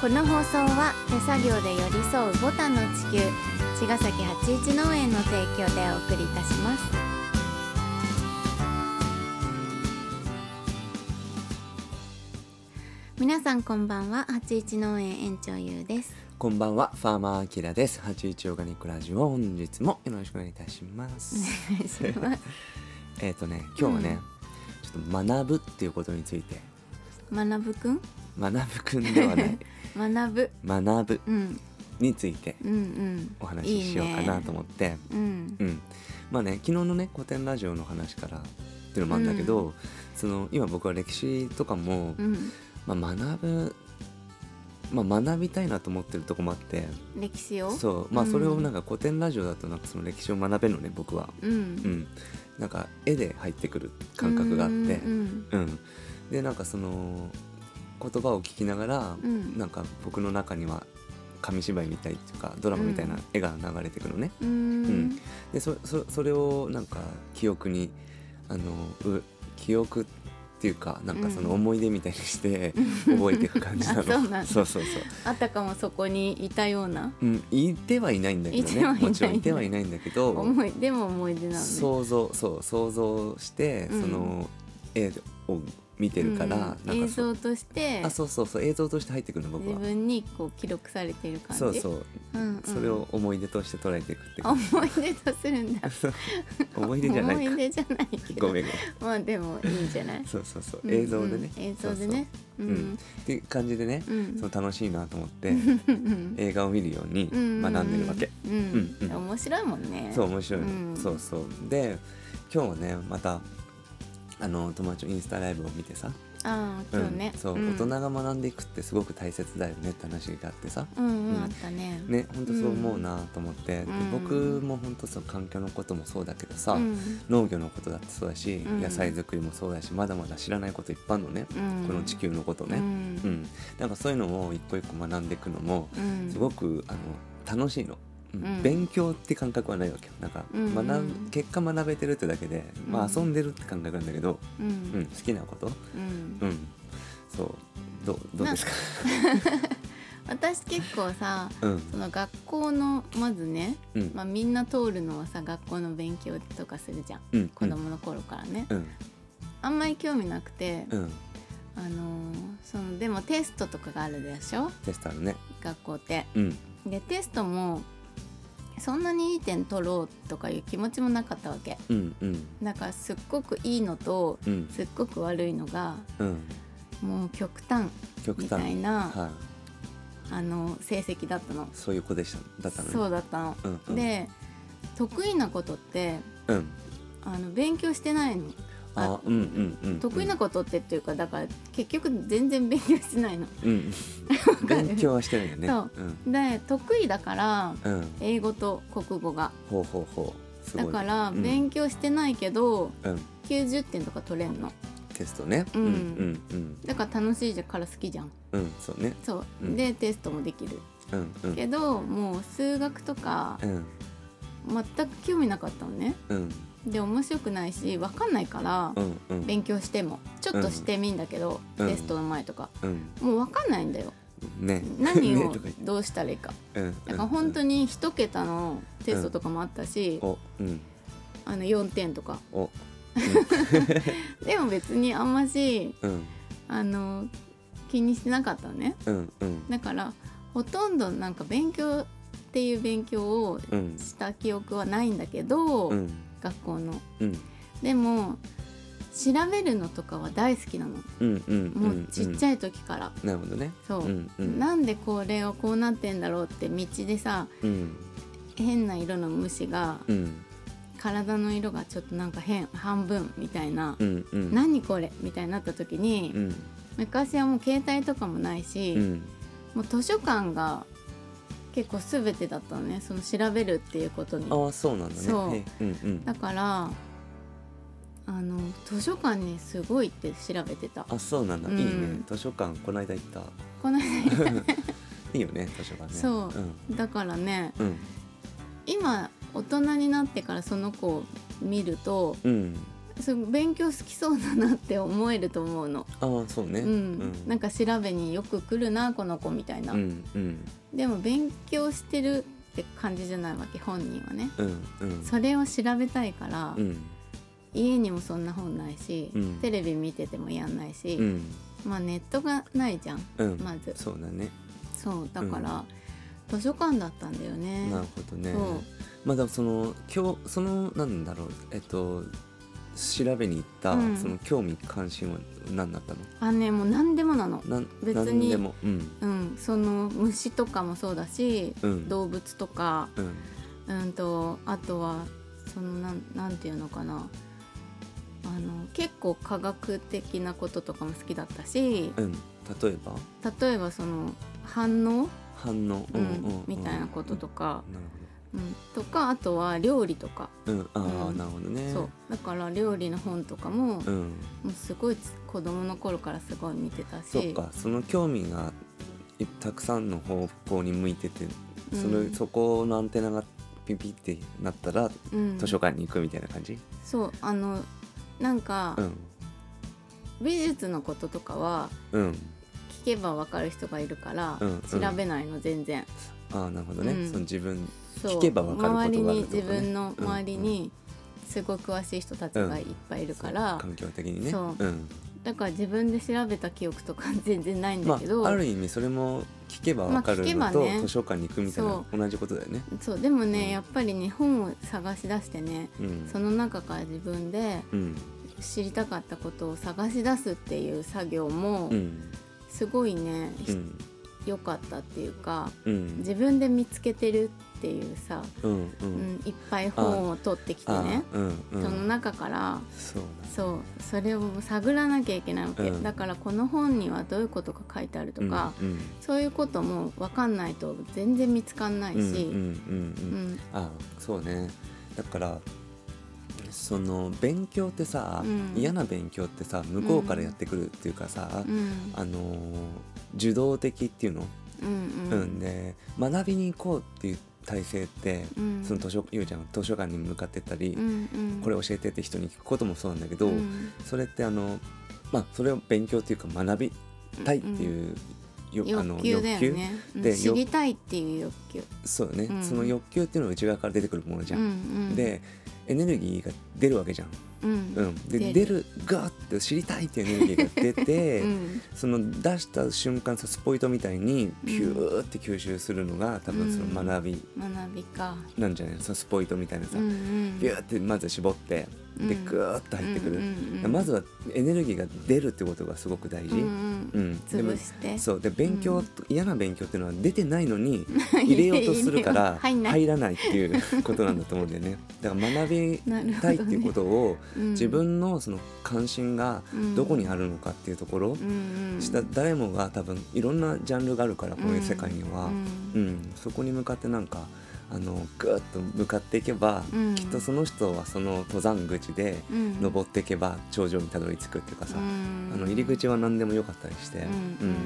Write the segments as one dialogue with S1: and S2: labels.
S1: この放送は手作業で寄り添うボタンの地球茅ヶ崎八一農園の提供でお送りいたします皆さんこんばんは八一農園園長ゆう です
S2: こんばんは、ファーマーアキラです。八一オーガニックラジオ、本日もよろしくお願いいたします。
S1: お願いします
S2: えっとね、今日はね、
S1: うん
S2: ちょっと学ぶっていうことについて、
S1: 学ぶくん
S2: 学ぶくんで はない、
S1: 学ぶ
S2: 学ぶ
S1: うん
S2: について
S1: うんうん
S2: お話ししようかなと思って、
S1: うん
S2: うん。まあね、昨日のね、古典ラジオの話からっていうのもあるんだけど、その今僕は歴史とかも、
S1: うん
S2: まあ学ぶ、まあ学びたいなと思ってるとこもあって、
S1: 歴史を
S2: そう、まあ
S1: うん
S2: それをなんか古典ラジオだとなんかその歴史を学べるのね、僕は。
S1: うん、
S2: うん、なんか絵で入ってくる感覚があって、う
S1: うんん
S2: でなんかその言葉を聞きながら、
S1: うん
S2: なんか僕の中には紙芝居みたいっていうかドラマみたいな絵が流れてくるのね、
S1: うんうん
S2: でそそそれをなんか記憶にあのう記憶っていうかなんかその
S1: うん
S2: 思い出みたいにして覚えていく感じ
S1: あ
S2: なの、
S1: そうなんだ
S2: そうそうそう、
S1: あたかもそこにいたような
S2: うん、いてはいないんだけど
S1: いてはい
S2: ね
S1: ない
S2: もちろんいてはいないんだけど
S1: 思いでも思い出なのね
S2: 想像そう想像して、
S1: うん
S2: その絵を見てるから、
S1: うん
S2: な
S1: 映
S2: んかそ
S1: 像
S2: う
S1: として
S2: あそうそうそう映像として入ってくるの僕
S1: 自
S2: は
S1: 分にこう記録されている感じ
S2: そうそう、
S1: うんうん
S2: それを思い出として捉えていくって
S1: 思い出とするんだ
S2: 思い出じゃないか
S1: 思い出じゃないけど
S2: ごめんごめん
S1: まあでもいいんじゃない
S2: そうそうそう 映像でね、
S1: うんうん映像でねう
S2: そうそう、うん
S1: ん
S2: っていう感じでね、
S1: うん
S2: その楽しいなと思って
S1: うん
S2: 映画を見るように
S1: うん
S2: 学んでるわけ、
S1: うん
S2: うんうん
S1: 面白いもんね
S2: そう面白いの、
S1: うん
S2: そうそうで今日はねまたあの友達のインスタライブを見てさ、
S1: ああ
S2: うん
S1: 今日ね
S2: そう、
S1: ん
S2: 大人が学んでいくってすごく大切だよねって話があってさ
S1: うんう
S2: うんん
S1: あったね
S2: ね本当そう思うなと思って、
S1: うん
S2: で僕も本当そう環境のこともそうだけどさ、
S1: うん
S2: 農業のことだってそうだし、
S1: うん
S2: 野菜作りもそうだしまだまだ知らないこといっぱいあるのね、
S1: うん
S2: この地球のこと
S1: う
S2: ね、
S1: ん
S2: うんなんかそういうのを一個一個学んでいくのも
S1: うん
S2: すごくあの楽しいの。
S1: う
S2: うん
S1: ん
S2: 勉強って感覚はないわけよなんか
S1: うん
S2: 学、ん、結果学べてるってだけで、まあ、
S1: うん
S2: 遊んでるって感覚なんだけど、
S1: う
S2: うん
S1: ん
S2: 好きなこと、
S1: うん
S2: うん、そうどうどうですか、
S1: 私結構さ
S2: うん
S1: その学校のまずね
S2: うん
S1: まあ、みんな通るのはさ学校の勉強とかするじゃん
S2: うん
S1: 子供の頃からね、
S2: うん
S1: あんまり興味なくて、
S2: うん
S1: あのーそのでもテストとかがあるでしょ
S2: テストあるね
S1: 学校って
S2: うん
S1: でテストもそんなにいい点取ろうとかいう気持ちもなかったわけ
S2: うんうん
S1: だからすっごくいいのと
S2: うん
S1: すっごく悪いのが
S2: うん
S1: もう極端
S2: 極
S1: み
S2: 端
S1: たいな、
S2: はい
S1: あの成績だったの
S2: そういう子でしただったのね
S1: そうだったの、
S2: うんうん
S1: で得意なことって
S2: うん
S1: あの勉強してないの
S2: あうんうんうん
S1: 得意なことってっていうかだから結局全然勉強してないの。
S2: うんうん勉強はしてないよね
S1: そう
S2: うん
S1: で得意だから
S2: うん
S1: 英語と国語が
S2: ほうほうほうすご
S1: だ
S2: い
S1: から
S2: うん
S1: 勉強してないけど、
S2: うん
S1: 90点とか取れんの
S2: テストね
S1: う
S2: うんんうんうん
S1: だから楽しいじゃから好きじゃん
S2: うんそうね
S1: そう、
S2: うん
S1: でテストもできる
S2: うんうん
S1: けどもう数学とか
S2: うん
S1: 全く興味なかったのね
S2: うん
S1: で面白くないし分かんないから
S2: うんうん
S1: 勉強してもちょっとしてみんだけど、
S2: うん
S1: テストの前とか
S2: うん
S1: もう分かんないん だよ
S2: ね
S1: 何
S2: ね
S1: を
S2: とか言って
S1: どうしたらいいか
S2: うん
S1: だから本当に一桁のテストとかもあったし、
S2: おうん
S1: あの4点とか
S2: お
S1: でも別にあんまし
S2: うん
S1: あの気にしてなかったのね
S2: うんうん
S1: だからほとんどなんか勉強っていう勉強を
S2: うん
S1: した記憶はないんだけど、
S2: うん
S1: 学校の
S2: うん
S1: でも調べるのとかは大好きなの
S2: うんうん
S1: もうちっち
S2: ゃ
S1: ゃい時から、
S2: なるほどね
S1: そう、
S2: うんうん
S1: なんでこれをこうなってんだろうって道でさ
S2: うん
S1: 変な色の虫が
S2: うん
S1: 体の色がちょっとなんか変半分みたいな、
S2: うんうん
S1: 何これみたいになった時に、
S2: うん
S1: 昔はもう携帯とかもないし、
S2: うん
S1: もう図書館が結構全てだったのねその調べるっていうことに
S2: ああそうなんだね
S1: そう
S2: へうんうん
S1: だからあの図書館にすごいって調べてた
S2: あそうなんだ、
S1: うん
S2: いいね図書館この間行った
S1: この間
S2: いいよね図書館ね
S1: そう
S2: うん
S1: だからね
S2: うん
S1: 今大人になってからその子を見ると
S2: うん
S1: そう勉強好きそうだなって思えると思うの、
S2: ああそうね
S1: うんなんか調べによく来るなこの子みたいな、
S2: うんうん
S1: でも勉強してるって感じじゃないわけ本人はね
S2: うんうん
S1: それを調べたいから、
S2: うん
S1: 家にもそんな本ないし、
S2: うん
S1: テレビ見ててもやんないし、
S2: うん
S1: まあネットがないじゃん
S2: うん
S1: まず
S2: そうだね
S1: そうだから、図書館だったんだよね
S2: なるほどね
S1: そう
S2: まあでもその今日そのなんだろうえっと調べに行った、
S1: うん
S2: その興味関心は何だったの
S1: あのねもう何でもなの
S2: なん
S1: 別に
S2: 何でもうん
S1: うんその虫とかもそうだし、
S2: うん
S1: 動物とか
S2: うん
S1: うんとあとはそのなんなんていうのかなあの結構科学的なこととかも好きだったし
S2: うん例えば
S1: 例えばその反応、う
S2: 反応、
S1: ん
S2: うんうん
S1: みたいなこととか、
S2: なる
S1: うん、とかあとは料理とか、
S2: ほどうんああ、
S1: うん
S2: なるほどね
S1: そうだから料理の本とかも,、も
S2: うん
S1: うすごい子供の頃からすごい見てたし
S2: そっかその興味がいたくさんの方向に向いててその、
S1: うん
S2: そこのアンテナがピピってなったら
S1: うん、
S2: 図書館に行くみたいな感じ、
S1: そうあのなんか、
S2: うん、
S1: 美術のこととかは
S2: うん
S1: 聞けばわかる人がいるから、
S2: うんう
S1: 調
S2: ん
S1: べないの全然
S2: ああなるほどね、
S1: うん
S2: その自分
S1: そう
S2: 聞けばわかることがあるってことね
S1: 周りに自分の周りにすごい詳しい人たちがいっぱいいるから、
S2: 環境的にね
S1: そ
S2: ん、
S1: だから自分で調べた記憶とか全然ないんだ
S2: ま
S1: けど、
S2: あある意味それも聞けばわかる
S1: まあ
S2: の
S1: 聞け
S2: と、
S1: ばね
S2: 図書館に行くみたいな
S1: そ
S2: 同じことだよね、
S1: そうでもね、
S2: うん
S1: やっぱりね本を探し出してね
S2: うん、
S1: その中から自分で
S2: うん
S1: 知りたかったことを探し出すっていう作業も
S2: うん
S1: すごいね
S2: う
S1: ひ
S2: ん
S1: 良、かったっていうか
S2: うん
S1: 自分で見つけてるっていうさ、
S2: うんう
S1: うんん、いっぱい本を取ってきてね
S2: あーうんうん
S1: その中から
S2: そうだ
S1: そうそれを探らなきゃいけないわけ、
S2: うん
S1: だからこの本にはどういうことが書いてあるとか、
S2: うんうん
S1: そういうことも分かんないと全然見つかんないし、
S2: うんうんうん
S1: う
S2: うん
S1: ん
S2: あそうねだからその勉強ってさ、
S1: うん
S2: 嫌な勉強ってさ向こうからやってくるっていうかさ、
S1: うん
S2: あのー受動的っていうの、
S1: うん
S2: う
S1: うんん
S2: で学びに行こうっていう体制って、
S1: うん
S2: その図書ゆうちゃんが図書館に向かってったり、
S1: うんうん
S2: これ教えてって人に聞くこともそうなんだけど、
S1: うん
S2: それってあのまあそれを勉強っていうか学びたいっていう、よあの
S1: 欲求だよね
S2: 欲求で
S1: うん知りたいっていう欲求
S2: そうだね、
S1: うん
S2: その欲求っていうのは内側から出てくるものじゃ
S1: うんうん、
S2: でエネルギーが出るわけじゃん。
S1: うん
S2: うん、で出
S1: 出る
S2: るガーって知りたいっていうエネルギーが出て、
S1: うん
S2: その出した瞬間さスポイトみたいにピューって吸収するのが多分その学び
S1: 学びか、
S2: なんじゃないのそのスポイトみたいなさ、
S1: うんうん、
S2: ピューってまず絞ってで
S1: うん
S2: グーッと入ってくる、
S1: うんうんうん
S2: まずはエネルギーが出るってことがすごく大事。
S1: う
S2: うんん
S1: うん
S2: でも
S1: 潰して
S2: そうで勉強、
S1: うん
S2: 嫌な勉強っていうのは出てないのに入れようとするから
S1: 入んない
S2: 入らないっていうことなんだと思うんだよね。だから学び
S1: なるほ
S2: た
S1: ど
S2: い
S1: ね
S2: っていうことを、
S1: うん
S2: 自分のその関心が
S1: うん
S2: どこにあるのかっていうところ、
S1: うんうん
S2: した誰もが多分いろんなジャンルがあるからこういう世界には、
S1: う
S2: うん
S1: ん
S2: そこに向かってなんかあのグーッと向かっていけば、
S1: うん
S2: きっとその人はその登山口で
S1: うん
S2: 登っていけば頂上にたどり着くっていうかさ、
S1: うん
S2: あの入り口は何でもよかったりして、
S1: うん
S2: うん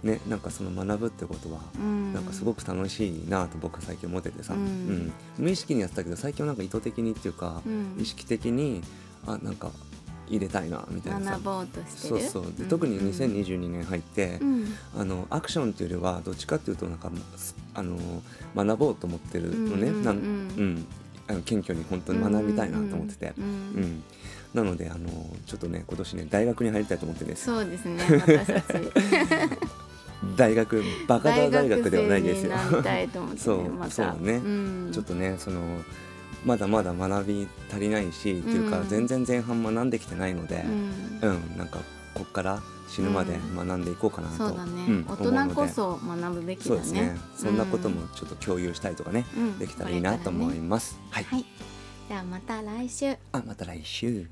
S2: ね、なんかその学ぶってことは、
S1: うん
S2: なんかすごく楽しいなと僕は最近思っててさ、
S1: うん
S2: うん無意識にやってたけど最近はなんか意図的にっていうか、
S1: うん
S2: 意識的にあなんか入れたいなみたいなさ
S1: 学ぼうとして
S2: そ
S1: る
S2: うそうで特に2022年入って、
S1: うんうん
S2: あのアクションっていうよりはどっちかっていうとなんかすあの学ぼうと思ってるのね、
S1: うんうんうん
S2: なんうんあの謙虚に本当に学びたいなと思ってて。
S1: うんうん
S2: う
S1: うん
S2: ん、なのであのちょっとね今年ね大学に入りたいと思ってです
S1: そうです ね私たち
S2: 大学バカだ大学ではないですよ
S1: 大学生になりたいと思ってね
S2: そう
S1: また
S2: そうね
S1: ん
S2: ちょっとねそのまだまだ学び足りないし、っていうか
S1: うん
S2: 全然前半学んできてないので
S1: う、ん
S2: うんなんかこっから死ぬまで学んでいこうかなと、
S1: そうだね
S2: ん
S1: 大
S2: 思うの
S1: 人
S2: で
S1: こそ学ぶべき
S2: そう
S1: だ
S2: です
S1: ね
S2: ねそんなこともちょっと共有したりとかね、
S1: うん
S2: できたらいいなと思い
S1: こ
S2: ます、は
S1: れ
S2: い
S1: からねはいじゃあまた来週
S2: あまた来週